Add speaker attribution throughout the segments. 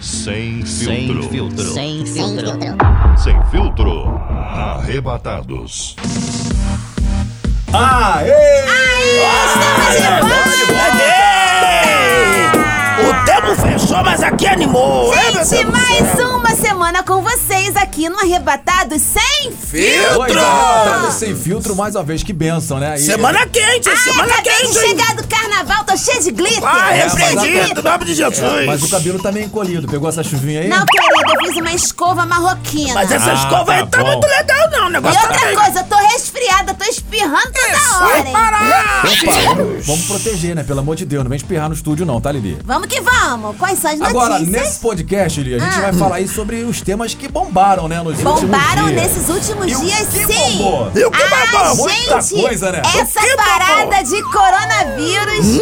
Speaker 1: Sem
Speaker 2: Sem
Speaker 1: filtro.
Speaker 2: filtro.
Speaker 3: Sem filtro.
Speaker 1: Sem filtro. Arrebatados.
Speaker 4: Aê!
Speaker 5: Estamos de
Speaker 6: É O tempo fechou, mas aqui animou. hein, meu
Speaker 5: Gente,
Speaker 6: Deus do
Speaker 5: mais
Speaker 6: céu?
Speaker 5: uma semana com vocês aqui no Arrebatados Sem Filtro! Ah,
Speaker 4: Dois arrebatados é, sem filtro, mais uma vez, que benção, né? Aí,
Speaker 6: Semana quente, hein? semana
Speaker 5: Acabei de
Speaker 6: quente, hein?
Speaker 5: chegar É, do carnaval, tô cheia de glitter!
Speaker 6: Ah,
Speaker 4: mas
Speaker 6: repreendido, em nome de Jesus.
Speaker 4: Mas o cabelo tá meio encolhido. Pegou essa chuvinha aí?
Speaker 5: Não, querida, eu fiz uma escova marroquina.
Speaker 6: Mas essa
Speaker 1: Ah,
Speaker 6: escova aí
Speaker 1: tá
Speaker 6: tá
Speaker 1: bom.
Speaker 6: muito legal, não. O
Speaker 5: E
Speaker 6: negócio tá
Speaker 5: outra
Speaker 6: meio...
Speaker 5: coisa, eu tô resfriada, tô espirrando toda hora,
Speaker 6: Sai
Speaker 5: hein?
Speaker 6: parar!
Speaker 4: Vamos proteger, né? Pelo amor de Deus, não vem espirrar no estúdio não, tá, Lili?
Speaker 5: Vamos que vamos! Quais são as
Speaker 4: Agora,
Speaker 5: notícias?
Speaker 4: nesse podcast, Lili, a gente
Speaker 5: Ah.
Speaker 4: vai falar aí sobre os temas que bombaram, né? Nos
Speaker 5: Bombaram
Speaker 4: últimos dias.
Speaker 5: nesses últimos
Speaker 4: E o
Speaker 5: dias,
Speaker 4: que
Speaker 5: sim!
Speaker 4: bombou?
Speaker 6: E o que
Speaker 5: ah,
Speaker 6: babou?
Speaker 4: Muita
Speaker 5: gente,
Speaker 4: coisa, né?
Speaker 5: essa
Speaker 6: O que Hum.
Speaker 5: parada
Speaker 6: babou?
Speaker 5: de coronavírus,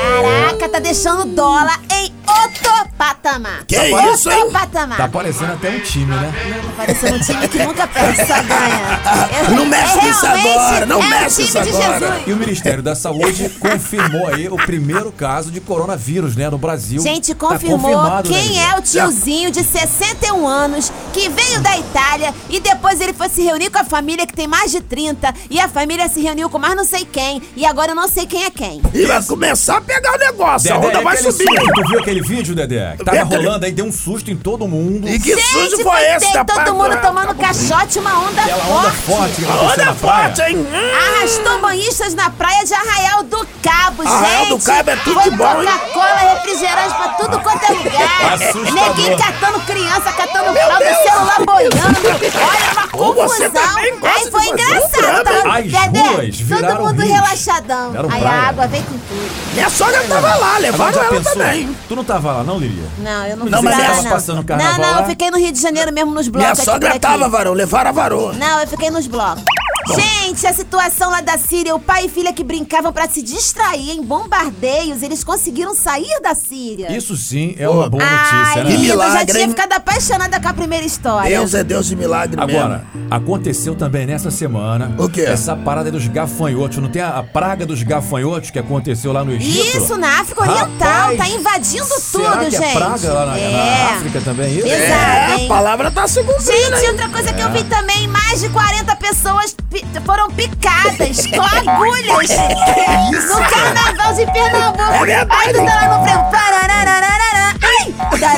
Speaker 5: caraca, tá deixando o dólar em outro patamar.
Speaker 6: Que
Speaker 5: outro
Speaker 6: isso, hein?
Speaker 5: patamar.
Speaker 4: Tá parecendo até um time, né?
Speaker 5: Parecendo um time que nunca perde, só ganha.
Speaker 6: Não mexe
Speaker 5: É
Speaker 6: nisso
Speaker 5: realmente
Speaker 6: agora, não
Speaker 5: é
Speaker 6: mexe
Speaker 5: o time
Speaker 6: nisso
Speaker 5: de
Speaker 6: agora.
Speaker 5: Jesus.
Speaker 4: E o Ministério da Saúde confirmou aí o primeiro caso de coronavírus, né, no Brasil.
Speaker 5: Gente,
Speaker 4: Tá
Speaker 5: confirmou
Speaker 4: confirmado, né,
Speaker 5: quem
Speaker 4: Lili?
Speaker 5: é o tiozinho de 61 anos que veio da Itália e depois ele foi se reunir com a família que tem mais de 30 e a família se reuniu com mais não sei quem e agora eu não sei quem é quem.
Speaker 6: E vai começar a pegar o negócio. A
Speaker 4: Dedé,
Speaker 6: onda
Speaker 4: e
Speaker 6: vai
Speaker 4: aquele
Speaker 6: subir.
Speaker 4: susto, tu viu aquele vídeo, Dedé? Que tava
Speaker 6: Dedé.
Speaker 4: rolando aí, deu um susto em todo mundo.
Speaker 6: E que
Speaker 5: Gente,
Speaker 6: sujo foi esse
Speaker 5: tem
Speaker 6: da
Speaker 5: todo
Speaker 6: parte-
Speaker 5: mundo tomando caixote, uma onda
Speaker 4: Ah, tá Aquela
Speaker 5: forte.
Speaker 4: onda forte que
Speaker 6: A
Speaker 4: aconteceu
Speaker 6: onda
Speaker 4: tá na praia.
Speaker 6: forte, hein? Hum.
Speaker 5: Arrastou banhistas na praia de Arraial do Cabo,
Speaker 6: Arraial
Speaker 5: gente.
Speaker 6: do Cabo é tudo
Speaker 5: Foi
Speaker 6: de bom, hein?
Speaker 5: Coca-Cola, refrigerante pra tudo quanto é lugar.
Speaker 4: Assustador.
Speaker 5: Neguinho catando criança, catando
Speaker 6: Meu
Speaker 5: fralda,
Speaker 6: Deus.
Speaker 5: celular boiando. Olha, uma
Speaker 6: Ô, você
Speaker 5: confusão.
Speaker 6: também gosta
Speaker 5: Aí foi
Speaker 6: de fazer
Speaker 5: engraçado,
Speaker 6: um
Speaker 5: tá?
Speaker 4: drama, hein? As ruas
Speaker 5: todo
Speaker 4: viraram
Speaker 5: mundo
Speaker 4: rios.
Speaker 5: relaxadão.
Speaker 4: Viraram
Speaker 5: Aí
Speaker 4: praia.
Speaker 5: a água vem com tudo.
Speaker 6: Minha sogra tava lá,
Speaker 4: Agora
Speaker 6: levaram
Speaker 4: já
Speaker 6: ela
Speaker 4: pensou?
Speaker 6: também.
Speaker 4: Tu não tava lá não, Lilia?
Speaker 5: Não, eu não
Speaker 4: Não,
Speaker 5: fui
Speaker 4: mas
Speaker 5: pra
Speaker 4: ela
Speaker 5: lá,
Speaker 4: passando
Speaker 5: não.
Speaker 4: carnaval
Speaker 5: Não, não,
Speaker 4: lá?
Speaker 5: eu fiquei no Rio de Janeiro mesmo, nos blocos.
Speaker 6: Minha
Speaker 5: aqui por
Speaker 6: sogra
Speaker 5: aqui.
Speaker 6: tava, varão. Levaram a varoa.
Speaker 5: Não, eu fiquei nos blocos. Gente, a situação lá da Síria, o pai e filha que brincavam pra se distrair em bombardeios, eles conseguiram sair da Síria.
Speaker 4: Isso sim é uma boa notícia,
Speaker 5: Ai,
Speaker 4: né?
Speaker 6: que
Speaker 5: lindo, eu já
Speaker 6: milagre,
Speaker 5: tinha
Speaker 6: hein?
Speaker 5: ficado apaixonada com a primeira história.
Speaker 6: Deus é Deus de milagre
Speaker 4: Agora,
Speaker 6: mesmo.
Speaker 4: aconteceu também nessa semana
Speaker 6: O quê?
Speaker 4: essa parada dos gafanhotos. Não tem a, a praga dos gafanhotos que aconteceu lá no Egito?
Speaker 5: Isso, na África Oriental,
Speaker 4: Rapaz,
Speaker 5: tá invadindo
Speaker 4: será
Speaker 5: tudo,
Speaker 4: que
Speaker 5: gente.
Speaker 4: É praga lá na, na
Speaker 5: É.
Speaker 4: África também, isso?
Speaker 5: Exato.
Speaker 6: É,
Speaker 5: hein?
Speaker 6: a palavra tá se cumprindo,
Speaker 5: Gente,
Speaker 6: hein?
Speaker 5: outra coisa que eu
Speaker 6: Ah.
Speaker 5: vi também, mais de 40 pessoas pi- foram picadas com agulhas no carnaval de Pernambuco.
Speaker 6: É verdade.
Speaker 5: Aí tu tá lá no prêmio. Pararararararará. Ai!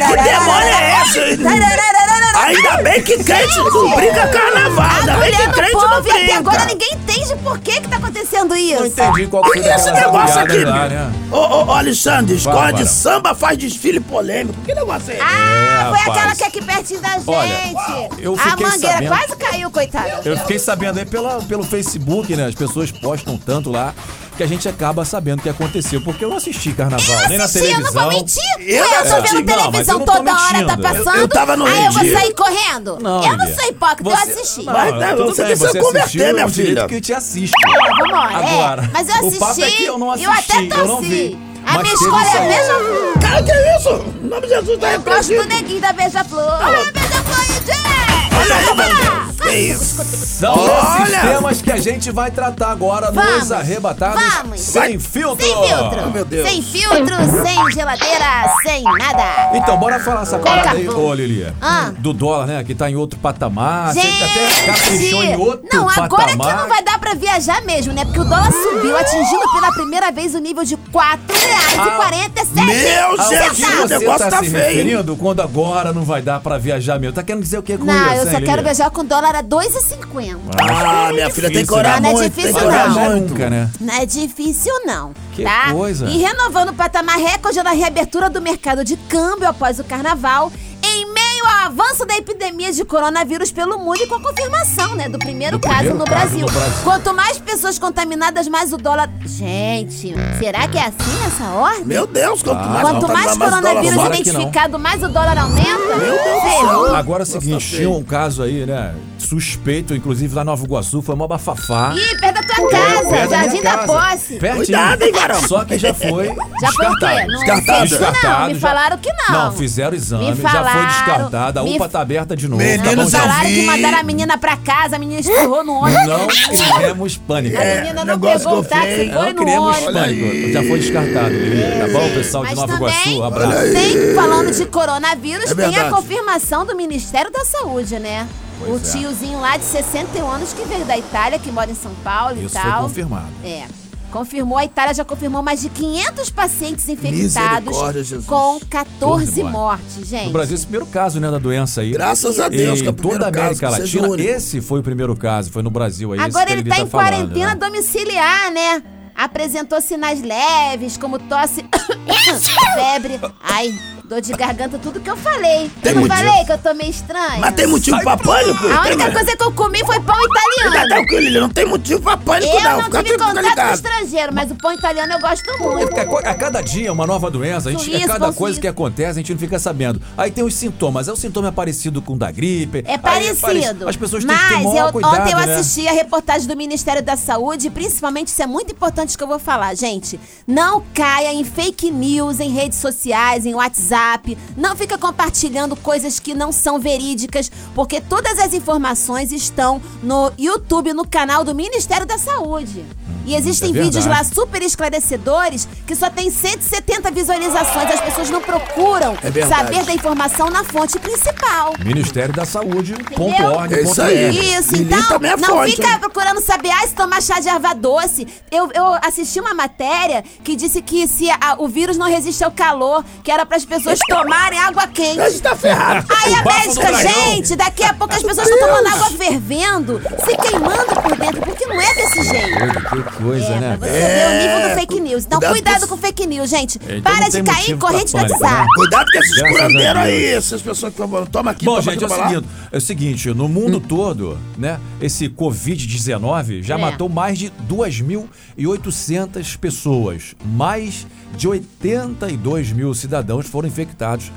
Speaker 6: Que demônio é esse, hein?
Speaker 5: Tarararararará.
Speaker 6: Ainda bem que crente não
Speaker 5: Gente,
Speaker 6: brinca carnaval. Ainda bem que
Speaker 5: Agulhando o
Speaker 6: crente não
Speaker 5: povo e até
Speaker 6: brinca.
Speaker 5: agora ninguém entende por que que tá acontecendo
Speaker 4: Não
Speaker 5: isso.
Speaker 4: entendi qual que
Speaker 6: Olha
Speaker 4: foi
Speaker 6: esse
Speaker 4: daquelas
Speaker 6: negócio
Speaker 4: agulhadas
Speaker 6: aqui, meu.
Speaker 4: lá, né?
Speaker 6: Ô, ô, ô, Alexandre, escola
Speaker 4: Bárbara.
Speaker 6: de samba faz desfile polêmico. Que negócio é esse?
Speaker 5: Ah,
Speaker 4: É,
Speaker 5: foi aquela
Speaker 4: rapaz.
Speaker 5: que é aqui pertinho da gente.
Speaker 4: Olha, eu
Speaker 5: a
Speaker 4: fiquei
Speaker 5: mangueira
Speaker 4: sabendo-
Speaker 5: quase caiu, coitada.
Speaker 4: Eu fiquei sabendo aí pela, pelo Facebook, né? As pessoas postam tanto lá que a gente acaba sabendo o que aconteceu. Porque eu não assisti carnaval, nem
Speaker 5: Eu
Speaker 4: na
Speaker 5: assisti, eu não
Speaker 4: televisão.
Speaker 5: vou mentir.
Speaker 6: Eu
Speaker 5: Eu, tô
Speaker 6: assisti.
Speaker 5: vendo
Speaker 4: Não, mas
Speaker 5: televisão
Speaker 4: eu não tô
Speaker 5: toda hora, tá
Speaker 4: mentindo.
Speaker 5: passando.
Speaker 6: Eu- eu tava no
Speaker 5: Aí eu vou
Speaker 6: Rio.
Speaker 5: sair correndo.
Speaker 4: Não,
Speaker 5: eu não
Speaker 4: Lívia.
Speaker 5: sou hipócrita, eu
Speaker 4: Você-
Speaker 5: assisti.
Speaker 4: Não,
Speaker 6: Mas, né, você
Speaker 4: tudo bem,
Speaker 6: precisa
Speaker 4: você
Speaker 6: converter,
Speaker 4: assistiu,
Speaker 6: minha
Speaker 4: é o direito
Speaker 6: filha.
Speaker 4: que te assiste.
Speaker 5: Vambora, é.
Speaker 4: Agora,
Speaker 5: Mas eu assisti.
Speaker 4: o papo é que eu não assisti,
Speaker 5: até torci.
Speaker 4: eu não vi.
Speaker 5: A
Speaker 4: Mas
Speaker 5: minha
Speaker 4: teve um.
Speaker 5: escolha
Speaker 4: isso
Speaker 5: é a
Speaker 4: aí.
Speaker 5: mesma.
Speaker 6: Cara, que é isso? Em nome de Jesus, tá
Speaker 5: Eu gosto é do
Speaker 6: repreendido.
Speaker 5: neguinho da beija-flor. Olha a beija-flor,
Speaker 6: Olha aí,
Speaker 5: gente!
Speaker 6: mano. Que isso?
Speaker 4: São
Speaker 6: Olha!
Speaker 4: esses temas que a gente vai tratar agora
Speaker 5: Vamos.
Speaker 4: nos arrebatados
Speaker 5: Vamos.
Speaker 4: sem filtro.
Speaker 5: Sem filtro.
Speaker 6: meu Deus.
Speaker 5: Sem filtro, sem geladeira, sem nada.
Speaker 4: Então, bora falar essa parada aí,
Speaker 5: Acabou.
Speaker 4: ô Lilia.
Speaker 5: Ah.
Speaker 4: Do dólar, né? Que tá em outro patamar. Você até caprichou em outro
Speaker 5: Gente, não, agora que
Speaker 4: patamar.
Speaker 5: não vai dar pra viajar mesmo, né? Porque o dólar subiu, atingindo pela primeira vez o nível de R$ 4,47.
Speaker 6: Meu
Speaker 4: Ao
Speaker 6: Jesus,
Speaker 4: que
Speaker 6: o
Speaker 4: você
Speaker 6: negócio tá
Speaker 4: se
Speaker 6: feio.
Speaker 4: referindo quando agora não vai dar pra viajar mesmo. Tá querendo dizer o que com isso,
Speaker 5: Não, eu
Speaker 4: hein,
Speaker 5: só
Speaker 4: Lilia?
Speaker 5: quero viajar com dólar a 2,50.
Speaker 6: Ah, minha filha, tem que
Speaker 4: difícil,
Speaker 6: orar
Speaker 5: né? Não é
Speaker 6: muito. Tem que
Speaker 5: difícil,
Speaker 6: orar
Speaker 4: Viajar
Speaker 6: muito.
Speaker 4: nunca, né?
Speaker 5: Não é difícil, não.
Speaker 4: Que
Speaker 5: tá?
Speaker 4: coisa.
Speaker 5: E renovando o patamar recorde na reabertura do mercado de câmbio após o carnaval, em meio ao avanço da epidemia de coronavírus pelo mundo e com a confirmação, né, do primeiro,
Speaker 4: Do
Speaker 5: caso,
Speaker 4: primeiro
Speaker 5: no,
Speaker 4: caso
Speaker 5: Brasil.
Speaker 4: no Brasil.
Speaker 5: Quanto mais pessoas contaminadas, mais o dólar. Gente, será que é assim nessa ordem?
Speaker 6: Meu Deus, quanto
Speaker 4: Ah.
Speaker 6: mais
Speaker 5: Quanto
Speaker 4: tá
Speaker 5: mais
Speaker 6: o dólar
Speaker 5: coronavírus né?
Speaker 6: sobe.
Speaker 4: Tomara que não.
Speaker 5: identificado, mais o dólar aumenta. Meu
Speaker 4: Agora
Speaker 5: tá
Speaker 4: é o seguinte, tinha um caso aí, né? Suspeito, inclusive lá em Nova Iguaçu, foi uma bafafá.
Speaker 5: Ih, perda tua tua casa,
Speaker 4: perto da
Speaker 5: Jardim
Speaker 4: minha
Speaker 5: da
Speaker 4: casa.
Speaker 5: Posse.
Speaker 4: Pertinho.
Speaker 6: Cuidado, hein, varão?
Speaker 4: Só que já foi
Speaker 5: Já foi o quê?
Speaker 4: descartado.
Speaker 5: Não
Speaker 4: descartado.
Speaker 5: sei se não,
Speaker 4: descartado,
Speaker 5: me
Speaker 4: já-
Speaker 5: falaram que não.
Speaker 4: Não, fizeram exame,
Speaker 5: Me
Speaker 4: já foi
Speaker 5: falaram,
Speaker 4: descartada. A
Speaker 5: me-
Speaker 4: UPA tá aberta de novo.
Speaker 2: Meninos
Speaker 4: tá bom, já-
Speaker 5: Falaram que
Speaker 2: vi.
Speaker 5: mandaram a menina pra casa, a menina esturrou no ônibus.
Speaker 4: Não criemos pânico.
Speaker 5: A menina não
Speaker 6: negócio
Speaker 5: pegou o
Speaker 6: que eu
Speaker 5: táxi, foi
Speaker 6: fiz.
Speaker 4: Não
Speaker 5: no
Speaker 4: criemos
Speaker 5: ônibus.
Speaker 4: pânico. Já foi descartado, querido. Tá bom, pessoal de
Speaker 5: Mas
Speaker 4: Nova
Speaker 5: também,
Speaker 4: Iguaçu? um Abraço.
Speaker 5: Tem, falando de coronavírus,
Speaker 2: É
Speaker 5: tem a
Speaker 2: verdade.
Speaker 5: confirmação do Ministério da Saúde, né?
Speaker 4: Pois
Speaker 5: o
Speaker 4: é.
Speaker 5: tiozinho lá de 61 anos que veio da Itália, que mora em São Paulo
Speaker 4: Isso
Speaker 5: e
Speaker 4: foi
Speaker 5: tal.
Speaker 4: confirmado.
Speaker 5: É. Confirmou, a Itália já confirmou mais de 500 pacientes infectados
Speaker 2: Misericórdia, Jesus.
Speaker 5: com 14
Speaker 4: 14
Speaker 5: mortes, gente.
Speaker 4: No Brasil, esse é o primeiro caso, né, da doença aí.
Speaker 2: Graças a Deus,
Speaker 4: Em
Speaker 2: que é o primeiro
Speaker 4: toda a
Speaker 2: caso,
Speaker 4: América
Speaker 2: que seja o
Speaker 4: Latina,
Speaker 2: único.
Speaker 4: esse foi o primeiro caso, foi no Brasil aí. esse
Speaker 5: Agora
Speaker 4: que
Speaker 5: ele
Speaker 4: ele
Speaker 5: tá em
Speaker 4: falando,
Speaker 5: quarentena
Speaker 4: né?
Speaker 5: domiciliar, né? Apresentou sinais leves, como tosse, febre, ai, dor de garganta, tudo que eu falei.
Speaker 6: Tem
Speaker 5: eu não
Speaker 6: motivo.
Speaker 5: falei que eu tô meio estranha?
Speaker 6: Mas tem motivo pra pânico?
Speaker 5: A
Speaker 6: Tem,
Speaker 5: única
Speaker 6: mas-
Speaker 5: coisa que eu comi foi pão
Speaker 6: Tá
Speaker 5: italiano.
Speaker 6: tranquilo, ele não tem motivo pra pânico,
Speaker 5: Eu
Speaker 6: não.
Speaker 5: não
Speaker 6: Fica
Speaker 5: tive
Speaker 6: tranquilo, fica
Speaker 5: contato com
Speaker 6: ligado.
Speaker 5: estrangeiro, mas o pão italiano eu gosto
Speaker 4: É
Speaker 5: muito.
Speaker 4: porque a co- a cada dia é uma nova doença, a gente,
Speaker 5: Suíço,
Speaker 4: é cada
Speaker 5: bom
Speaker 4: coisa
Speaker 5: suíço.
Speaker 4: que acontece, a gente não fica sabendo. Aí tem os sintomas. É o sintoma é parecido com o da gripe. aí
Speaker 5: É parecido.
Speaker 4: parec- As pessoas têm
Speaker 5: Mas
Speaker 4: que ter maior
Speaker 5: eu-
Speaker 4: cuidado,
Speaker 5: ontem eu
Speaker 4: né?
Speaker 5: assisti a reportagem do Ministério da Saúde, e principalmente isso é muito importante que eu vou falar, gente. Não caia em fake news, em redes sociais, em WhatsApp. Não fica compartilhando coisas que não são verídicas, porque todas as informações estão no YouTube, no canal do Ministério da Saúde. E existem
Speaker 4: isso é
Speaker 5: vídeos lá
Speaker 4: verdade.
Speaker 5: super esclarecedores que só tem 170 visualizações. As pessoas não procuram
Speaker 2: É verdade.
Speaker 5: saber da informação na fonte principal.
Speaker 4: Ministério da Saúde. ponto
Speaker 5: Entendeu?
Speaker 4: org,
Speaker 2: É isso
Speaker 4: ponto
Speaker 2: aí.
Speaker 4: br.
Speaker 5: Isso,
Speaker 6: Lili
Speaker 5: então,
Speaker 6: também é
Speaker 5: não
Speaker 6: forte,
Speaker 5: fica
Speaker 6: hein?
Speaker 5: procurando saber, ah, se tomar chá de erva doce. Eu, eu assisti uma matéria que disse que se a- o vírus não resiste ao calor, que era para as pessoas tomarem água
Speaker 6: A
Speaker 5: quente.
Speaker 6: gente tá ferrado.
Speaker 5: Aí a
Speaker 4: O bafo do
Speaker 5: médica,
Speaker 4: dragão.
Speaker 5: gente, daqui a pouco as pessoas estão tomando água fervendo, se queimando por dentro, porque não é desse jeito.
Speaker 4: Que coisa,
Speaker 5: É, pra
Speaker 4: né?
Speaker 5: você ver o nível do fake news. Então,
Speaker 2: cuidado
Speaker 5: cuidado
Speaker 2: com-
Speaker 5: com fake news, gente.
Speaker 4: É, então
Speaker 5: Para
Speaker 4: não
Speaker 5: de
Speaker 4: tem
Speaker 5: cair em
Speaker 4: motivo pra
Speaker 5: corrente do
Speaker 4: pânico,
Speaker 5: WhatsApp.
Speaker 4: né?
Speaker 6: Cuidado com esses
Speaker 4: Graças a
Speaker 6: curandeiros
Speaker 4: Deus.
Speaker 6: aí, essas pessoas que estão falando. Toma aqui,
Speaker 4: Bom,
Speaker 5: tá
Speaker 6: toma aqui,
Speaker 4: gente, é o,
Speaker 6: toma lá.
Speaker 4: seguinte, é o seguinte, no mundo todo, né, esse Covid-19 já
Speaker 5: Hum. É.
Speaker 4: matou mais de 2.800 pessoas. Mais de 82 mil cidadãos foram infectados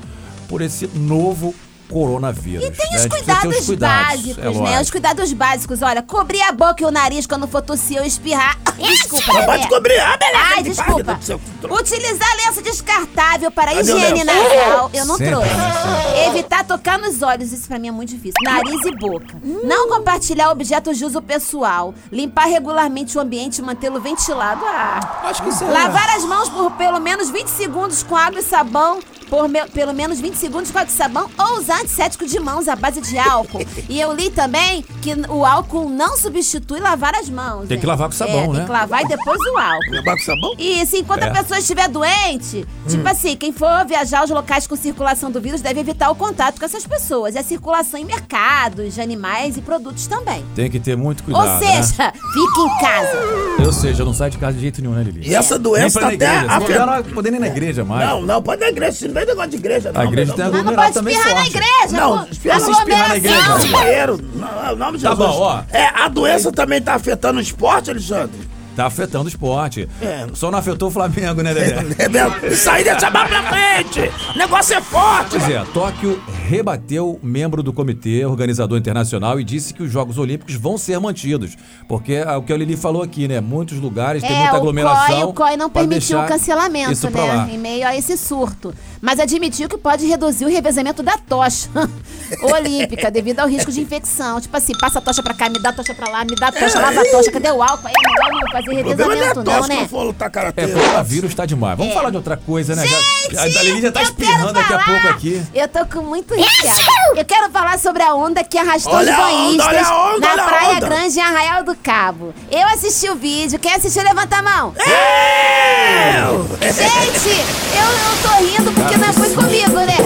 Speaker 4: por esse novo coronavírus.
Speaker 5: E tem
Speaker 4: né?
Speaker 5: os
Speaker 4: A gente precisa ter
Speaker 5: cuidados,
Speaker 4: os cuidados,
Speaker 5: básicos,
Speaker 4: é
Speaker 5: né?
Speaker 4: lógico.
Speaker 5: Os cuidados básicos. Olha, cobrir a boca e o nariz quando for tossir ou espirrar. Desculpa,
Speaker 6: Não
Speaker 5: Lelé.
Speaker 6: pode cobrir. Ah, beleza.
Speaker 5: Ai,
Speaker 6: de
Speaker 5: desculpa.
Speaker 6: parte do seu-
Speaker 5: Utilizar lenço descartável para
Speaker 6: Cadê o
Speaker 5: higiene
Speaker 6: lenço?
Speaker 5: nasal. Eu não
Speaker 4: Sempre,
Speaker 5: trouxe.
Speaker 4: né?
Speaker 5: Evitar tocar nos olhos. Isso pra mim é muito difícil. Nariz e boca. Não compartilhar objetos de uso pessoal. Limpar regularmente o ambiente e mantê-lo ventilado. Ah.
Speaker 4: Acho que isso é...
Speaker 5: Lavar as mãos por pelo menos 20 segundos com água e sabão. Por me- pelo menos 20 segundos com água e sabão ou usar antisséptico de mãos à base de álcool. e eu li também que o álcool não substitui lavar as mãos.
Speaker 4: Tem que
Speaker 5: hein?
Speaker 4: lavar com sabão,
Speaker 5: é, Tem
Speaker 4: né?
Speaker 5: que lavar e depois o álcool.
Speaker 6: Levar com sabão?
Speaker 5: E se enquanto
Speaker 4: É. Hum.
Speaker 5: a pessoa estiver doente, tipo assim, quem for viajar aos locais com circulação do vírus deve evitar o contato com essas pessoas. E a circulação em mercados, de animais e produtos também.
Speaker 4: Tem que ter muito cuidado,
Speaker 5: Ou seja, fique em casa.
Speaker 4: né? Ou seja, não sai de casa de jeito nenhum, né, Lili?
Speaker 6: E essa
Speaker 4: Nem
Speaker 6: doença
Speaker 4: pra
Speaker 6: tá
Speaker 4: ir
Speaker 6: até
Speaker 4: na igreja. assim, Não,
Speaker 6: afetando.
Speaker 4: não, podendo ir na igreja mais.
Speaker 6: Não, não, pode ir na igreja, isso não é negócio de igreja, não.
Speaker 4: A igreja
Speaker 6: Não,
Speaker 4: tem
Speaker 6: não,
Speaker 5: Mas Ah, não
Speaker 4: Aglomerado
Speaker 5: pode
Speaker 4: também
Speaker 5: espirrar na
Speaker 4: forte.
Speaker 5: igreja.
Speaker 6: Não,
Speaker 5: pô.
Speaker 6: espirra-
Speaker 4: se espirrar na igreja,
Speaker 5: Aglomeração.
Speaker 6: não.
Speaker 4: não.
Speaker 6: Banheiro, não, é o nome de
Speaker 4: Tá
Speaker 6: Jesus.
Speaker 4: bom, ó.
Speaker 6: É, a doença também tá afetando o esporte, Alexandre?
Speaker 4: Tá afetando o esporte.
Speaker 6: É.
Speaker 4: Só não afetou o Flamengo, né, Dedé?
Speaker 6: É mesmo? Isso aí deixa mais pra frente. O negócio é forte.
Speaker 4: Pois é, Tóquio rebateu membro do comitê organizador internacional e disse que os Jogos Olímpicos vão ser mantidos. Porque é o que a Lili falou aqui, né? Muitos lugares tem
Speaker 5: É,
Speaker 4: muita
Speaker 5: o COI,
Speaker 4: aglomeração.
Speaker 5: o COI não
Speaker 4: pra
Speaker 5: permitiu o
Speaker 4: deixar
Speaker 5: cancelamento,
Speaker 4: isso pra
Speaker 5: né?
Speaker 4: lá.
Speaker 5: Em meio a esse surto. Mas admitiu que pode reduzir o revezamento da tocha olímpica, devido ao risco de infecção. Tipo assim, passa a tocha pra cá, me dá a tocha pra lá, me dá a tocha, lava a toxa, cadê o álcool? Aí é melhor não fazer
Speaker 6: O problema não é a
Speaker 5: revezamento, não,
Speaker 6: tosse que eu
Speaker 5: né?
Speaker 6: for lutar
Speaker 4: É,
Speaker 6: karateiro.
Speaker 4: coronavírus tá demais. Vamos falar de outra coisa, né? Já- a Lili já tá
Speaker 5: eu
Speaker 4: espirrando
Speaker 5: quero
Speaker 4: daqui a
Speaker 5: falar.
Speaker 4: pouco aqui.
Speaker 5: Eu tô com muito resfriado. Eu quero falar sobre a onda que arrastou
Speaker 6: Olha
Speaker 5: os
Speaker 6: a onda,
Speaker 5: banhistas
Speaker 6: olha a onda, olha
Speaker 5: na
Speaker 6: a
Speaker 5: Praia
Speaker 6: onda.
Speaker 5: Grande em Arraial do Cabo. Eu assisti o vídeo. Quem assistiu, levanta a mão.
Speaker 6: É!
Speaker 5: Gente, eu, eu tô rindo porque não foi comigo, né?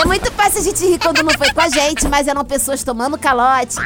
Speaker 5: É muito fácil a gente rir quando não foi com a gente, mas eram pessoas tomando calote. Pô,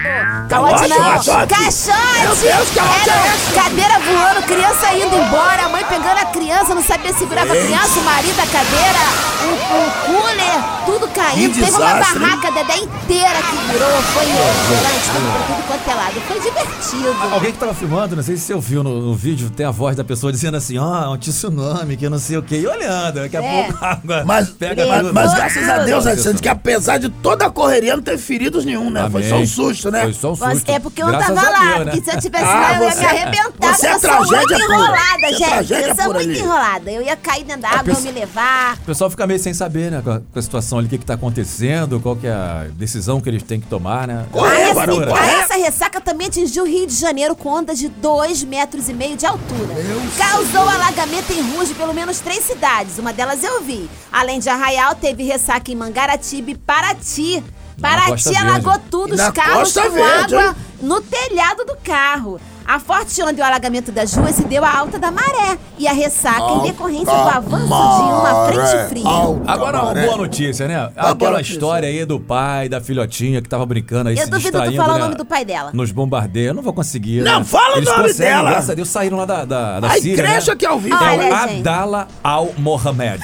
Speaker 5: Calote
Speaker 6: Calote,
Speaker 5: não,
Speaker 6: caixote. Meu
Speaker 5: caixote!
Speaker 6: Deus, calote
Speaker 5: Era
Speaker 6: é esse?
Speaker 5: Cadeira voando, criança indo embora, a mãe pegando a criança, não sabia se segurava a criança, o marido, a cadeira, o, o cooler, tudo
Speaker 6: Que
Speaker 5: Teve uma
Speaker 6: desastre.
Speaker 5: barraca Dedé inteira que virou, foi refrigerante, tudo pra tudo quanto é lado. Foi divertido.
Speaker 4: Alguém que tava filmando, não sei se você ouviu no, no vídeo, tem a voz da pessoa dizendo assim, ó, um tsunami, que eu não sei o quê, e olhando, daqui a
Speaker 5: É.
Speaker 4: pouco a água
Speaker 6: Mas,
Speaker 4: pega
Speaker 6: mas,
Speaker 4: tudo.
Speaker 6: mas graças a Deus,
Speaker 4: Olha,
Speaker 6: Alexandre, que apesar de toda a correria, não teve feridos nenhum, né? Foi só um
Speaker 4: Amém.
Speaker 6: susto, né?
Speaker 4: Foi só um susto.
Speaker 5: Você- é porque eu não
Speaker 4: Graças
Speaker 5: tava
Speaker 4: a
Speaker 5: lá,
Speaker 4: Deus, né?
Speaker 5: porque se eu tivesse
Speaker 6: Ah,
Speaker 5: lá, eu ia
Speaker 6: você
Speaker 5: me
Speaker 6: é-
Speaker 5: arrebentar.
Speaker 6: você é
Speaker 5: porque eu sou muito
Speaker 6: tragédia pura.
Speaker 5: enrolada,
Speaker 6: Você é
Speaker 5: gente.
Speaker 6: tragédia
Speaker 5: eu sou
Speaker 6: pura
Speaker 5: muito
Speaker 6: ali.
Speaker 5: enrolada. Eu ia cair dentro da água,
Speaker 4: pessoa-
Speaker 5: iam me levar.
Speaker 4: O pessoal fica meio sem saber, né, com a, com a situação ali, o que que tá acontecendo, qual que é a decisão que eles têm que tomar, né?
Speaker 5: A,
Speaker 6: Corre,
Speaker 5: res-
Speaker 6: Barão,
Speaker 5: a
Speaker 6: corre.
Speaker 5: essa ressaca também atingiu o Rio de Janeiro com onda de 2 metros e meio de altura. Causou alagamento em ruas de pelo menos três cidades, uma delas eu vi. Além de Arraial, teve ressaca em Mangaratiba e Paraty.
Speaker 4: Na Costa
Speaker 5: Paraty
Speaker 4: Verde.
Speaker 5: alagou tudo,
Speaker 6: E
Speaker 5: os
Speaker 6: na
Speaker 5: carros
Speaker 6: Costa
Speaker 5: com
Speaker 6: Verde,
Speaker 5: água
Speaker 6: hein?
Speaker 5: no telhado do carro. A forte onda e o alagamento das ruas se deu à alta da maré e a ressaca
Speaker 4: um
Speaker 5: em decorrência do avanço de uma frente fria.
Speaker 4: Agora uma boa notícia, né? Aquela
Speaker 6: é notícia.
Speaker 4: história aí do pai, da filhotinha que tava brincando aí,
Speaker 5: Eu
Speaker 4: se
Speaker 5: duvido tu
Speaker 4: distraindo,
Speaker 5: falar o
Speaker 4: né?
Speaker 5: nome do pai dela.
Speaker 4: Nos bombardeios, eu não vou conseguir. né?
Speaker 6: Não, fala o
Speaker 4: Eles
Speaker 6: nome
Speaker 4: conseguem,
Speaker 6: dela.
Speaker 4: graças a Deus, saíram lá da, da, da
Speaker 6: A
Speaker 4: Síria,
Speaker 6: igreja
Speaker 4: né?
Speaker 6: que é ao vivo.
Speaker 5: Olha,
Speaker 4: É o
Speaker 5: gente.
Speaker 4: Abdallah al-Mohamed.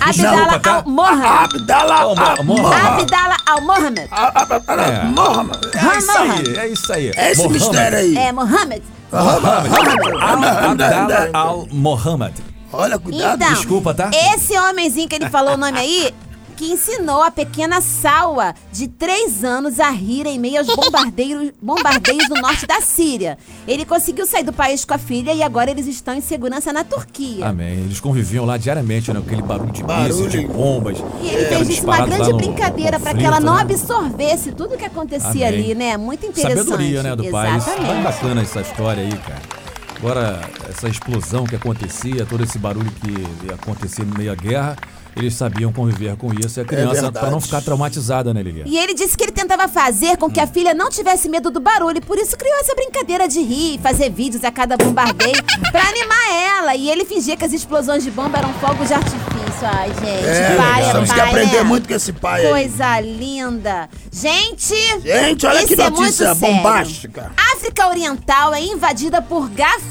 Speaker 5: Abdala
Speaker 4: tá?
Speaker 5: Al-Mohamed.
Speaker 6: Abdallah
Speaker 4: Ô, Mo- Mohamed.
Speaker 6: Mohamed.
Speaker 5: Abdala Al-Mohamed.
Speaker 4: É.
Speaker 6: Mohamed.
Speaker 4: É isso aí, é isso aí.
Speaker 6: É esse
Speaker 4: Mohamed.
Speaker 6: mistério aí.
Speaker 5: É, Mohamed.
Speaker 4: Al- Abdallah
Speaker 6: Mohamed.
Speaker 4: al-Mohamed.
Speaker 6: Olha, cuidado.
Speaker 5: Então,
Speaker 4: desculpa, tá?
Speaker 5: Esse homenzinho que ele falou o nome aí, que ensinou a pequena Salwa, de 3 anos, a rir em meio aos bombardeiros, bombardeios do norte da Síria. Ele conseguiu sair do país com a filha e agora eles estão em segurança na Turquia.
Speaker 4: Amém. Eles conviviam lá diariamente, né? com Aquele barulho de mísseis,
Speaker 6: Barulho.
Speaker 4: de bombas.
Speaker 5: E ele fez disso uma
Speaker 4: disparado lá
Speaker 5: grande
Speaker 4: no
Speaker 5: brincadeira pra que
Speaker 4: conflito,
Speaker 5: ela não
Speaker 4: né?
Speaker 5: absorvesse tudo que acontecia
Speaker 4: Amém.
Speaker 5: ali, né? Muito interessante.
Speaker 4: Sabedoria, né, do país. Bem
Speaker 5: Exatamente.
Speaker 4: bacana essa história aí, cara. Agora, essa explosão que acontecia, todo esse barulho que acontecia no meio da guerra, eles sabiam conviver com isso e a
Speaker 5: É
Speaker 4: criança,
Speaker 6: verdade.
Speaker 4: pra não ficar traumatizada, né, Lilian?
Speaker 5: E ele disse que ele tentava fazer com que a filha não tivesse medo do barulho, e por isso criou essa brincadeira de rir, fazer vídeos a cada bombardeio pra animar ela. E ele fingia que as explosões de bomba eram fogos de artifício. Ai, gente,
Speaker 6: É,
Speaker 5: pai, é
Speaker 6: temos
Speaker 5: pai,
Speaker 6: que aprender
Speaker 5: né?
Speaker 6: muito com esse pai aí.
Speaker 5: Coisa linda. Gente,
Speaker 6: Gente, olha
Speaker 5: isso
Speaker 6: que
Speaker 5: é
Speaker 6: notícia
Speaker 5: muito sério.
Speaker 6: bombástica.
Speaker 5: África Oriental é invadida por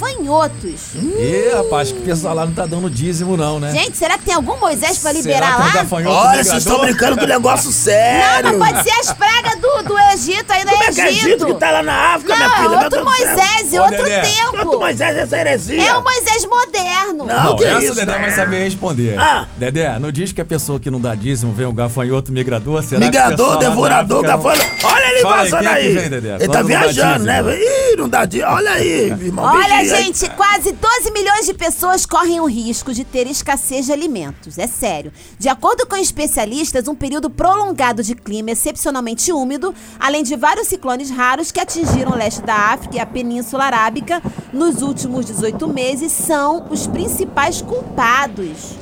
Speaker 5: gafanhotos.
Speaker 6: Hum.
Speaker 5: Hum.
Speaker 4: Ih, rapaz, que o pessoal lá não tá dando dízimo, não, né?
Speaker 5: Gente, será que tem algum Moisés pra liberar
Speaker 4: Será que
Speaker 5: lá?
Speaker 4: é um gafanhoto
Speaker 6: Olha,
Speaker 4: migrador?
Speaker 6: vocês estão brincando com negócio sério.
Speaker 5: Não, mas pode ser as pragas do, do Egito aí no
Speaker 6: Como é que é Egito que tá lá na África, minha filha?
Speaker 5: Não,
Speaker 6: Meu
Speaker 5: é outro
Speaker 6: Deus do céu.
Speaker 5: Moisés e
Speaker 4: Ô,
Speaker 5: outro
Speaker 4: Dedé,
Speaker 6: Santo
Speaker 5: tempo.
Speaker 6: Moisés, essa heresia.
Speaker 5: É o Moisés moderno.
Speaker 6: Não.
Speaker 4: Não,
Speaker 6: que
Speaker 4: essa
Speaker 6: isso,
Speaker 4: o Dedé
Speaker 6: né?
Speaker 4: vai saber responder.
Speaker 6: Ah.
Speaker 4: Dedé, não diz que a pessoa que não dá dízimo vem um gafanhoto migrador, será que o
Speaker 6: Migrador,
Speaker 4: pessoal lá na
Speaker 6: devorador,
Speaker 4: África não-
Speaker 6: gafanhoto. Olha ele
Speaker 4: Fala aí,
Speaker 6: passando
Speaker 4: quem é que
Speaker 6: aí.
Speaker 4: vem, Dedé?
Speaker 6: Ele tá
Speaker 4: Quando não dá
Speaker 6: viajando, né?
Speaker 4: dízimo?
Speaker 6: Ih, não dá dia. Olha aí, irmão.
Speaker 5: Olha,
Speaker 6: vigia aí.
Speaker 5: gente, quase 12 milhões de pessoas correm o risco de ter escassez de alimentos. É sério. De acordo com especialistas, um período prolongado de clima excepcionalmente úmido, além de vários ciclones raros que atingiram o leste da África e a Península Arábica nos últimos 18 meses, são os principais culpados.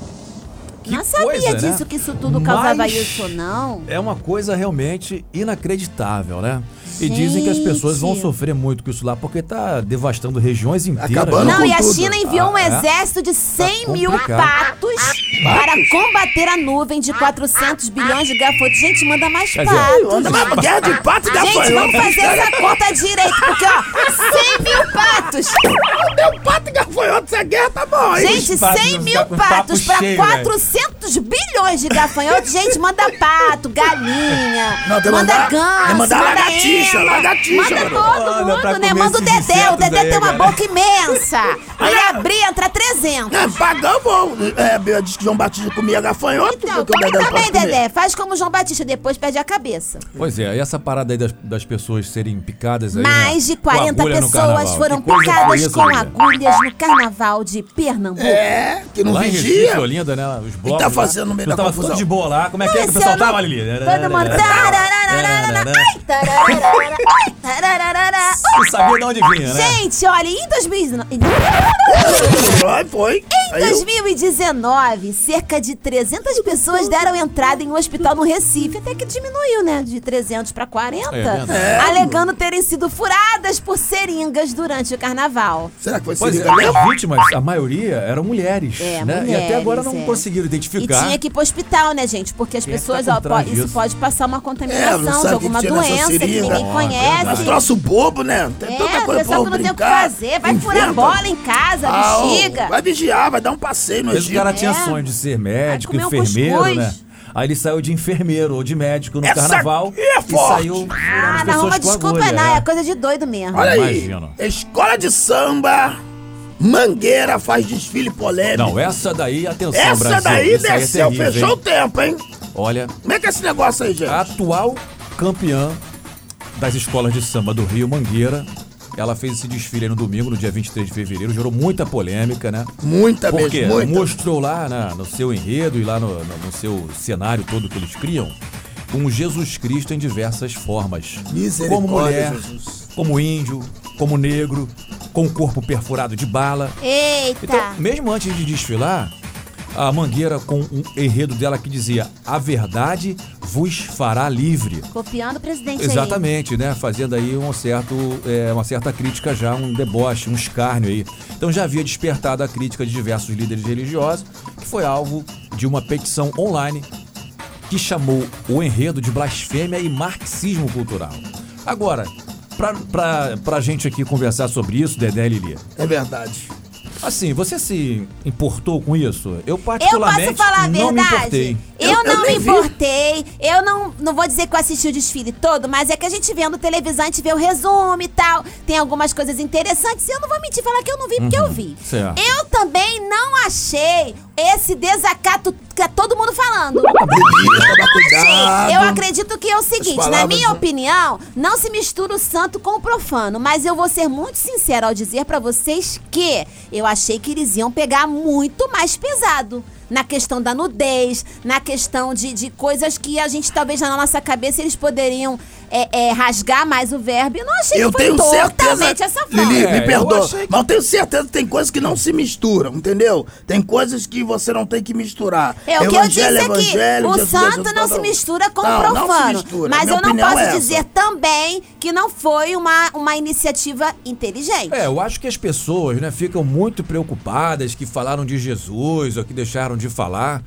Speaker 4: Que
Speaker 5: não sabia
Speaker 4: coisa, né?
Speaker 5: disso que isso tudo causava
Speaker 4: Mas-
Speaker 5: isso, não.
Speaker 4: É uma coisa realmente inacreditável, né? E
Speaker 5: Gente.
Speaker 4: dizem que as pessoas vão sofrer muito com isso lá, porque tá devastando regiões inteiras.
Speaker 6: Acabando
Speaker 4: né?
Speaker 5: Não,
Speaker 6: com
Speaker 5: e a
Speaker 6: tudo.
Speaker 5: China enviou um
Speaker 4: Ah, é?
Speaker 5: exército de 100 mil
Speaker 4: complicado.
Speaker 5: patos para combater a nuvem de 400 bilhões de gafanhotos. Gente, manda mais
Speaker 4: Quer dizer,
Speaker 6: Anda
Speaker 5: patos.
Speaker 6: mais uma guerra de pato e
Speaker 5: Gente,
Speaker 6: gafanhoto.
Speaker 5: vamos fazer essa conta direito, porque, ó, 100 mil patos.
Speaker 6: Deu pato e gafanhoto, essa guerra tá boa, hein?
Speaker 5: Gente,
Speaker 4: Os patos
Speaker 5: 100
Speaker 4: vão
Speaker 5: mil
Speaker 4: ficar com o
Speaker 5: patos
Speaker 4: papo
Speaker 5: para
Speaker 4: cheio,
Speaker 5: 400 bilhões de gafanhotos. Gente, manda pato, galinha,
Speaker 6: Não, tem que
Speaker 5: manda
Speaker 6: mandar- tem
Speaker 5: ganso,
Speaker 6: que mandar
Speaker 5: manda
Speaker 6: lagartixa,
Speaker 5: ema,
Speaker 6: lagartixa,
Speaker 5: Manda
Speaker 6: mano.
Speaker 5: todo
Speaker 4: Olha, pra
Speaker 5: mundo, né?
Speaker 4: comer
Speaker 5: Manda o
Speaker 4: esses
Speaker 5: Dedé. O
Speaker 4: insetos
Speaker 5: Dedé
Speaker 4: aí,
Speaker 5: tem uma
Speaker 4: galera.
Speaker 5: boca imensa. Ele abrir, entra 300.
Speaker 6: É, pagão, bom. É, Bia diz que João Batista comia gafanhoto.
Speaker 5: Então,
Speaker 6: porque o
Speaker 5: come
Speaker 6: Dedé não pode
Speaker 5: também,
Speaker 6: comer.
Speaker 5: Dedé. Faz como João Batista, depois perde a cabeça.
Speaker 4: Pois é, e essa parada aí das, das pessoas serem picadas aí.
Speaker 5: Mais
Speaker 4: né?
Speaker 5: de 40
Speaker 4: Com agulha no
Speaker 5: pessoas
Speaker 4: carnaval.
Speaker 5: foram
Speaker 4: Que coisa
Speaker 5: picadas
Speaker 4: foi isso,
Speaker 5: com
Speaker 4: né?
Speaker 5: agulhas no carnaval de Pernambuco.
Speaker 6: É, que não
Speaker 4: Lá em
Speaker 6: vigia.
Speaker 4: Recife, Olinda, né? Os blocos.
Speaker 6: tá
Speaker 4: lá.
Speaker 6: fazendo no meio
Speaker 4: Não
Speaker 6: da
Speaker 4: tava
Speaker 6: confusão.
Speaker 4: tudo de boa lá. Como é que é que o
Speaker 5: Esse
Speaker 4: pessoal
Speaker 5: ano,
Speaker 4: tava, Lili?
Speaker 5: Todo mundo. Tarararararara, ai, tarararara, ai, tarararara,
Speaker 4: Não sabia de onde vinha,
Speaker 5: ai.
Speaker 4: né?
Speaker 5: Gente, olha, em 2019.
Speaker 6: Foi, foi.
Speaker 5: Em 2019, cerca de 300 pessoas deram entrada em um hospital no Recife, até que diminuiu, né? De 300 para 40,
Speaker 4: É verdade.
Speaker 5: alegando terem sido furadas por seringas durante o carnaval.
Speaker 6: Será que foi
Speaker 4: Pois é,
Speaker 6: seringa mesmo?
Speaker 4: as vítimas, a maioria eram mulheres,
Speaker 5: É,
Speaker 4: né? e até agora não
Speaker 5: mulheres, é.
Speaker 4: conseguiram
Speaker 5: E
Speaker 4: identificar.
Speaker 5: tinha que ir pro hospital, né, gente? Porque as
Speaker 4: Quem é que
Speaker 5: pessoas,
Speaker 4: tá por
Speaker 5: ó, po-
Speaker 4: trás
Speaker 5: isso
Speaker 4: disso?
Speaker 5: pode passar uma
Speaker 6: É, não
Speaker 5: contaminação de
Speaker 6: sabe o que
Speaker 5: alguma
Speaker 6: tinha nessa
Speaker 5: doença que
Speaker 6: seringa.
Speaker 5: ninguém
Speaker 4: Ó,
Speaker 6: Mas
Speaker 5: conhece.
Speaker 6: troço bobo, né? Tem
Speaker 5: assim.
Speaker 6: tanta
Speaker 5: é,
Speaker 6: coisa pra
Speaker 5: pessoal que não tem o que
Speaker 6: brincar.
Speaker 5: fazer. Vai furar
Speaker 6: Inventa.
Speaker 5: bola em casa,
Speaker 6: Ah, ô,
Speaker 5: bexiga.
Speaker 6: Vai vigiar, vai dar um passeio no
Speaker 4: Mas o
Speaker 6: Egito.
Speaker 4: cara tinha
Speaker 5: É.
Speaker 4: sonho de ser médico,
Speaker 5: Vai comer um
Speaker 4: enfermeiro, né?
Speaker 5: cuscuz.
Speaker 4: Aí ele saiu de enfermeiro ou de médico no
Speaker 6: Essa
Speaker 4: carnaval
Speaker 6: aqui é
Speaker 4: e
Speaker 6: forte.
Speaker 4: saiu.
Speaker 5: Ah, não arruma desculpa não, é coisa de doido mesmo.
Speaker 6: né? Olha aí.
Speaker 4: Imagino.
Speaker 6: Escola de samba, Mangueira faz desfile polêmico.
Speaker 4: Não, essa daí, atenção,
Speaker 6: Essa
Speaker 4: Brasil.
Speaker 6: daí
Speaker 4: isso aí é
Speaker 6: desceu,
Speaker 4: terrível,
Speaker 6: fechou o
Speaker 4: hein? Ah,
Speaker 6: tempo, hein?
Speaker 4: Olha,
Speaker 6: Como é que é esse negócio aí, gente?
Speaker 4: a atual campeã das escolas de samba do Rio, Mangueira, ela fez esse desfile aí no domingo, no dia 23 de fevereiro, gerou muita polêmica, né?
Speaker 6: Muita
Speaker 4: Porque
Speaker 6: mesmo, muita.
Speaker 4: mostrou lá na- no seu enredo e lá no, no- no seu cenário todo que eles criam um Jesus Cristo em diversas formas. Como
Speaker 6: Misericórdia,
Speaker 4: mulher,
Speaker 6: Jesus.
Speaker 4: como índio, como negro, com o corpo perfurado de bala. Então,
Speaker 5: Eita.
Speaker 4: mesmo antes de desfilar, a Mangueira com um enredo dela que dizia A verdade vos fará livre.
Speaker 5: Copiando o presidente aí.
Speaker 4: Exatamente, né? Fazendo aí um certo, é, uma certa crítica já, um deboche, um escárnio aí. Então já havia despertado a crítica de diversos líderes religiosos, que foi alvo de uma petição online que chamou o enredo de blasfêmia e marxismo cultural. Agora, pra, pra, pra gente aqui conversar sobre isso, Dedé e Lili,
Speaker 6: É verdade.
Speaker 4: assim, você se importou com isso? Eu
Speaker 5: Eu posso
Speaker 4: particularmente
Speaker 5: falar a
Speaker 4: não me importei.
Speaker 5: verdade? Eu,
Speaker 6: Eu- eu
Speaker 5: não me
Speaker 6: nem vi.
Speaker 5: importei. Eu não, não vou dizer que eu assisti o desfile todo, mas é que a gente vendo televisão, a gente vê o resumo e tal. Tem algumas coisas interessantes. E eu não vou mentir falar que eu não vi, porque eu vi.
Speaker 4: Uhum. certo.
Speaker 5: Eu também não achei esse desacato que tá todo mundo falando.
Speaker 6: Toma cuidado.
Speaker 5: Eu acredito que é o seguinte,
Speaker 6: As
Speaker 5: na
Speaker 6: palavras,
Speaker 5: minha
Speaker 6: né?
Speaker 5: opinião, não se mistura o santo com o profano, mas eu vou ser muito sincera ao dizer pra vocês que eu achei que eles iam pegar muito mais pesado. Na questão da nudez, na questão de, de coisas que a gente talvez na nossa cabeça eles poderiam é, é, rasgar mais o verbo. Eu não achei
Speaker 6: Eu
Speaker 5: que foi
Speaker 6: tenho
Speaker 5: totalmente
Speaker 6: certeza.
Speaker 5: essa forma.
Speaker 6: Lili,
Speaker 4: É,
Speaker 6: me
Speaker 4: eu
Speaker 6: perdoa.
Speaker 4: achei que-
Speaker 6: Mas eu tenho certeza que tem coisas que não se misturam, entendeu? Tem coisas que você não tem que misturar.
Speaker 5: É o que eu disse aqui. O
Speaker 6: Jesus,
Speaker 5: santo
Speaker 6: Jesus,
Speaker 5: não
Speaker 6: tá
Speaker 5: se
Speaker 6: bom.
Speaker 5: mistura com o
Speaker 6: Não, não se
Speaker 5: profano.
Speaker 6: mistura.
Speaker 5: Mas
Speaker 6: Minha
Speaker 5: eu não
Speaker 6: opinião
Speaker 5: posso
Speaker 6: é essa.
Speaker 5: dizer também que não foi uma, uma iniciativa inteligente.
Speaker 4: É, eu acho que as pessoas, né, ficam muito preocupadas que falaram de Jesus ou que deixaram de falar.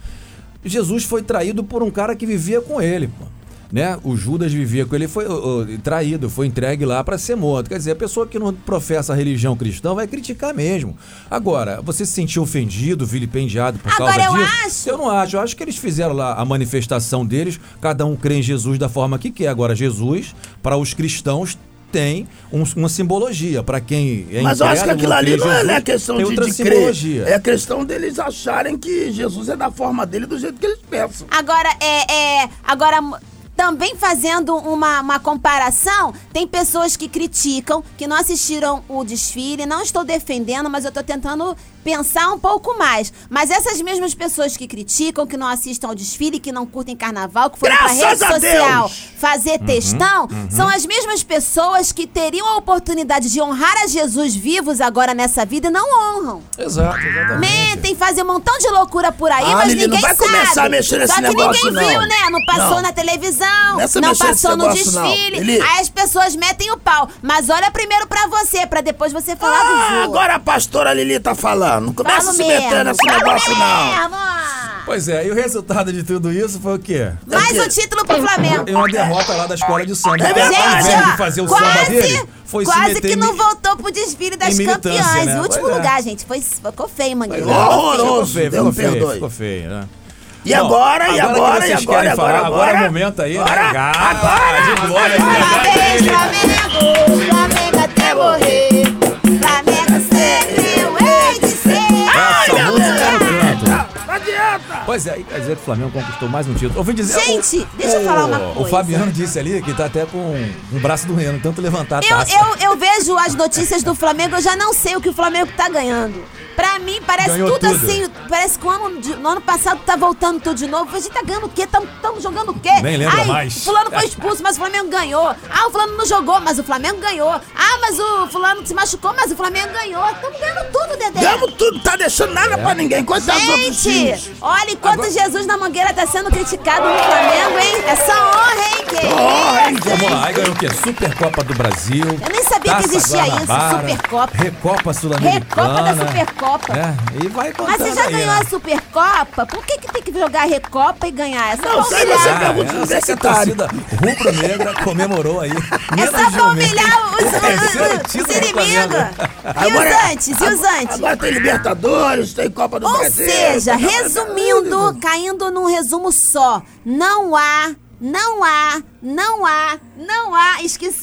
Speaker 4: Jesus foi traído por um cara que vivia com ele, pô. Né? O Judas vivia com ele, foi ô, ô, traído, foi entregue lá para ser morto. Quer dizer, a pessoa que não professa a religião cristã vai criticar mesmo. Agora, você se sentiu ofendido, vilipendiado por
Speaker 5: Agora,
Speaker 4: causa
Speaker 5: eu
Speaker 4: disso?
Speaker 5: acho-
Speaker 4: Eu não acho. Eu acho que eles fizeram lá a manifestação deles. Cada um crê em Jesus da forma que quer. Agora, Jesus, para os cristãos, tem um- uma simbologia. Para quem é
Speaker 6: Mas eu acho que
Speaker 4: incrédulo,
Speaker 6: aquilo ali não é,
Speaker 4: Jesus,
Speaker 6: não é questão
Speaker 4: tem
Speaker 6: de,
Speaker 4: outra
Speaker 6: de
Speaker 4: simbologia.
Speaker 6: crer. É questão deles acharem que Jesus é da forma dele, do jeito que eles pensam.
Speaker 5: Agora, é, é, agora m- também fazendo uma, uma comparação, tem pessoas que criticam, que não assistiram o desfile. Não estou defendendo, mas eu estou tentando pensar um pouco mais. Mas essas mesmas pessoas que criticam, que não assistam ao desfile, que não curtem carnaval, que foram pra
Speaker 6: Graças
Speaker 5: rede
Speaker 6: a
Speaker 5: social
Speaker 6: Deus! Uhum,
Speaker 5: fazer textão, são as mesmas pessoas que teriam a oportunidade de honrar a Jesus vivos agora nessa vida e não honram.
Speaker 4: Exato, exatamente.
Speaker 5: Mentem, fazem um montão de loucura por aí,
Speaker 6: Ah,
Speaker 5: mas
Speaker 6: Lili,
Speaker 5: ninguém
Speaker 6: não vai
Speaker 5: sabe.
Speaker 6: começar a mexer nesse
Speaker 5: Só que
Speaker 6: negócio,
Speaker 5: ninguém viu,
Speaker 6: não.
Speaker 5: né? Não passou
Speaker 6: Não.
Speaker 5: na televisão,
Speaker 6: Nessa
Speaker 5: não
Speaker 6: mexer nesse
Speaker 5: passou no
Speaker 6: negócio, não.
Speaker 5: desfile.
Speaker 6: Lili.
Speaker 5: Aí as pessoas metem o pau. Mas olha primeiro pra você, pra depois você falar do
Speaker 6: Ah,
Speaker 5: voo.
Speaker 6: agora a pastora Lili tá falando. Não começa
Speaker 5: Falo
Speaker 6: a se meter
Speaker 5: mesmo,
Speaker 6: nesse
Speaker 5: falo
Speaker 6: negócio, não.
Speaker 5: mesmo.
Speaker 4: Pois é, e o resultado de tudo isso foi o quê?
Speaker 5: Mais um título pro Flamengo.
Speaker 4: E uma derrota lá da escola de samba.
Speaker 6: É
Speaker 4: Ao
Speaker 6: verdade,
Speaker 4: invés
Speaker 5: Gente,
Speaker 4: de fazer
Speaker 5: ó,
Speaker 4: o
Speaker 5: quase,
Speaker 4: samba dele, foi se
Speaker 5: quase
Speaker 4: meter
Speaker 5: que
Speaker 4: em-
Speaker 5: não voltou pro desfile das
Speaker 4: em militância,
Speaker 5: campeãs.
Speaker 4: né?
Speaker 5: O último
Speaker 4: Pois é.
Speaker 5: lugar, gente. Foi, ficou feio, Mangueira.
Speaker 6: Pois é.
Speaker 5: Ficou feio.
Speaker 6: Horroroso. um
Speaker 4: Ficou feio, ficou
Speaker 6: Deus me
Speaker 4: feio,
Speaker 6: perdoe.
Speaker 4: ficou feio, né?
Speaker 6: E agora, e
Speaker 4: que
Speaker 6: agora, e
Speaker 4: vocês
Speaker 6: agora,
Speaker 4: querem
Speaker 6: e agora,
Speaker 4: falar, agora, é
Speaker 6: agora.
Speaker 4: o momento aí,
Speaker 6: Agora,
Speaker 4: né? agora, de glória, né? de
Speaker 5: Parabéns,
Speaker 4: verdade.
Speaker 5: Flamengo, Flamengo até morrer. Flamengo sempre o hei de
Speaker 4: Essa
Speaker 5: ser.
Speaker 4: música é era o canto.
Speaker 6: Não adianta!
Speaker 4: Pois é, e quer dizer que o Flamengo conquistou mais um título. Ouvi dizer.
Speaker 5: Gente,
Speaker 4: o-
Speaker 5: deixa eu falar uma
Speaker 4: O
Speaker 5: coisa.
Speaker 4: Fabiano disse ali que tá até com um braço doendo, tanto levantar a
Speaker 5: Eu,
Speaker 4: taça.
Speaker 5: eu, eu vejo as notícias do Flamengo, eu já não sei o que o Flamengo tá ganhando. Pra mim, parece
Speaker 4: Ganhou
Speaker 5: tudo,
Speaker 4: tudo.
Speaker 5: assim. Parece que o ano, de- no ano passado tá voltando tudo de novo. A gente tá ganhando o quê? Tamo, tamo jogando o quê?
Speaker 4: Nem lembra
Speaker 5: Ai,
Speaker 4: mais.
Speaker 5: Fulano foi expulso, mas o Flamengo ganhou. Ah, o Fulano não jogou, mas o Flamengo ganhou. Ah, mas o Fulano se machucou, mas o Flamengo ganhou. Tamo ganhando tudo, Dedé.
Speaker 6: Damos tudo, tá deixando nada
Speaker 4: É.
Speaker 6: pra ninguém. Coitado dos outros times.
Speaker 5: Gente, olha enquanto Jesus na Mangueira tá sendo criticado no Flamengo, hein? É só honra, hein, que
Speaker 6: Honra, hein,
Speaker 4: Vamos lá, aí ganhou o quê? Supercopa do Brasil.
Speaker 5: Eu nem sabia que
Speaker 4: Taça
Speaker 5: existia isso,
Speaker 4: Guanabara,
Speaker 5: Supercopa.
Speaker 4: Recopa Sul-Americana.
Speaker 5: Recopa da Supercopa.
Speaker 4: né? E vai
Speaker 5: Mas
Speaker 4: contando
Speaker 5: você já
Speaker 4: aí,
Speaker 5: ganhou
Speaker 4: né?
Speaker 5: a Supercopa? Por que, que tem que jogar a Recopa e ganhar essa
Speaker 6: Não, sai
Speaker 5: humilhar.
Speaker 6: dessa
Speaker 4: Ah,
Speaker 6: pergunta
Speaker 4: eu sei que a
Speaker 6: universitária.
Speaker 4: torcida rubro-negra comemorou aí.
Speaker 5: É
Speaker 4: Menos
Speaker 5: só
Speaker 4: de
Speaker 5: pra
Speaker 4: um mês.
Speaker 5: humilhar os, os,
Speaker 4: O terceiro
Speaker 5: os,
Speaker 4: título é do
Speaker 5: inimigos.
Speaker 4: Flamengo.
Speaker 5: E os antes, e os antes.
Speaker 6: é- Agora tem Libertadores, tem Copa do
Speaker 5: Ou
Speaker 4: É,
Speaker 6: Brasil.
Speaker 5: seja,
Speaker 4: tá
Speaker 6: tem Copa do
Speaker 5: resumindo,
Speaker 4: né?
Speaker 6: Mundo.
Speaker 5: caindo num resumo só, não há, não há, não há, não há, esqueci,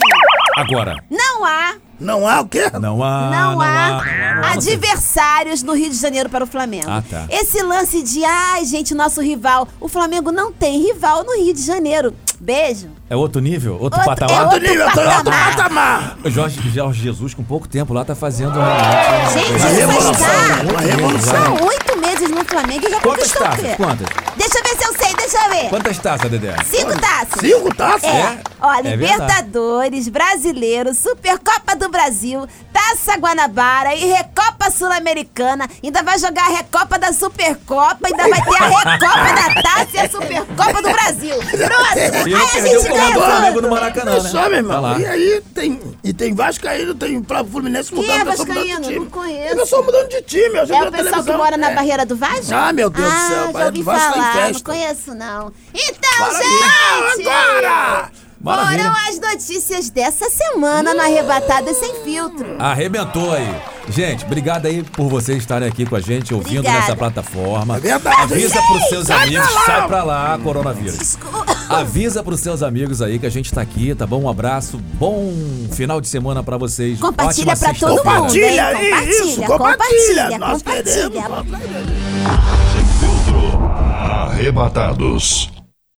Speaker 4: Agora.
Speaker 5: não há,
Speaker 6: Não há o quê?
Speaker 4: Não há.
Speaker 5: não há
Speaker 4: não há.
Speaker 5: adversários no Rio de Janeiro para o Flamengo.
Speaker 4: Ah, tá.
Speaker 5: Esse lance de, ai gente, o nosso rival, o Flamengo não tem rival no Rio de Janeiro. Beijo.
Speaker 4: É outro nível? Outro,
Speaker 5: Outro-
Speaker 4: patamar?
Speaker 5: é
Speaker 6: Outro nível, tô em outro
Speaker 5: patamar.
Speaker 6: patamar.
Speaker 4: O Jorge, Jorge Jesus, com pouco tempo lá, tá fazendo realmente.
Speaker 5: Gente, tá-
Speaker 6: Uma
Speaker 5: isso
Speaker 6: revolução,
Speaker 5: está...
Speaker 6: né? Uma
Speaker 5: São
Speaker 6: revolução.
Speaker 5: oito meses no Flamengo e já
Speaker 4: Quantas
Speaker 5: conquistou o
Speaker 4: taças?
Speaker 5: quê?
Speaker 4: Quantas?
Speaker 5: Deixa eu ver se eu sei, deixa eu ver.
Speaker 4: Quantas taças, Dedé?
Speaker 5: Cinco taças.
Speaker 6: Cinco tá? taças?
Speaker 5: É. Ó,
Speaker 4: É
Speaker 5: Libertadores, Brasileiro, Supercopa do Brasil, Taça Guanabara e Recopa Sul-Americana. Ainda vai jogar a Recopa da Supercopa, ainda vai ter a Recopa da Taça e a Supercopa do Brasil.
Speaker 4: E
Speaker 5: Próximo.
Speaker 4: não
Speaker 5: Aí a
Speaker 4: perdeu
Speaker 5: gente
Speaker 4: o
Speaker 5: tá ganha
Speaker 4: comando do Flamengo no
Speaker 5: tudo.
Speaker 4: Maracanã, né?
Speaker 6: só, meu
Speaker 4: Tá
Speaker 6: irmão.
Speaker 4: lá.
Speaker 6: e aí tem. E tem Vascaíno, tem o próprio Fluminense
Speaker 5: Quem é
Speaker 6: mudando, eu sou mudando
Speaker 5: vascaíno?
Speaker 6: de time.
Speaker 5: Não conheço.
Speaker 6: Eu sou mudando de time, eu já
Speaker 5: É
Speaker 6: vi
Speaker 5: o pessoal
Speaker 6: na
Speaker 5: que
Speaker 6: televisão.
Speaker 5: mora na
Speaker 6: É.
Speaker 5: barreira do Vaz?
Speaker 6: Ah, meu Deus do
Speaker 5: Ah,
Speaker 6: céu,
Speaker 5: já
Speaker 6: Barreira
Speaker 5: ouvi
Speaker 6: do Vaz tá em
Speaker 5: falar, não
Speaker 6: festa.
Speaker 5: conheço não. Então,
Speaker 6: aí.
Speaker 5: gente!
Speaker 6: Agora!
Speaker 4: Maravilha.
Speaker 5: Foram as notícias dessa semana no Arrebatadas Sem Filtro.
Speaker 4: Arrebentou aí. Gente, obrigado aí por vocês estarem aqui com a gente, ouvindo
Speaker 5: Obrigada.
Speaker 4: nessa plataforma.
Speaker 6: É verdade.
Speaker 4: Avisa
Speaker 6: hein?
Speaker 4: pros seus
Speaker 6: sai pra
Speaker 4: amigos,
Speaker 6: lá.
Speaker 4: sai pra lá, coronavírus.
Speaker 5: Desculpa.
Speaker 4: Avisa pros seus amigos aí que a gente tá aqui, tá bom? Um abraço, bom final de semana pra vocês.
Speaker 5: Compartilha
Speaker 4: Ótima
Speaker 5: pra todo mundo.
Speaker 4: sexta-feira.
Speaker 6: Compartilha,
Speaker 5: hein?
Speaker 6: isso,
Speaker 5: compartilha,
Speaker 6: compartilha. Nós
Speaker 5: compartilha.
Speaker 6: queremos.
Speaker 1: Sem filtro. Arrebatados.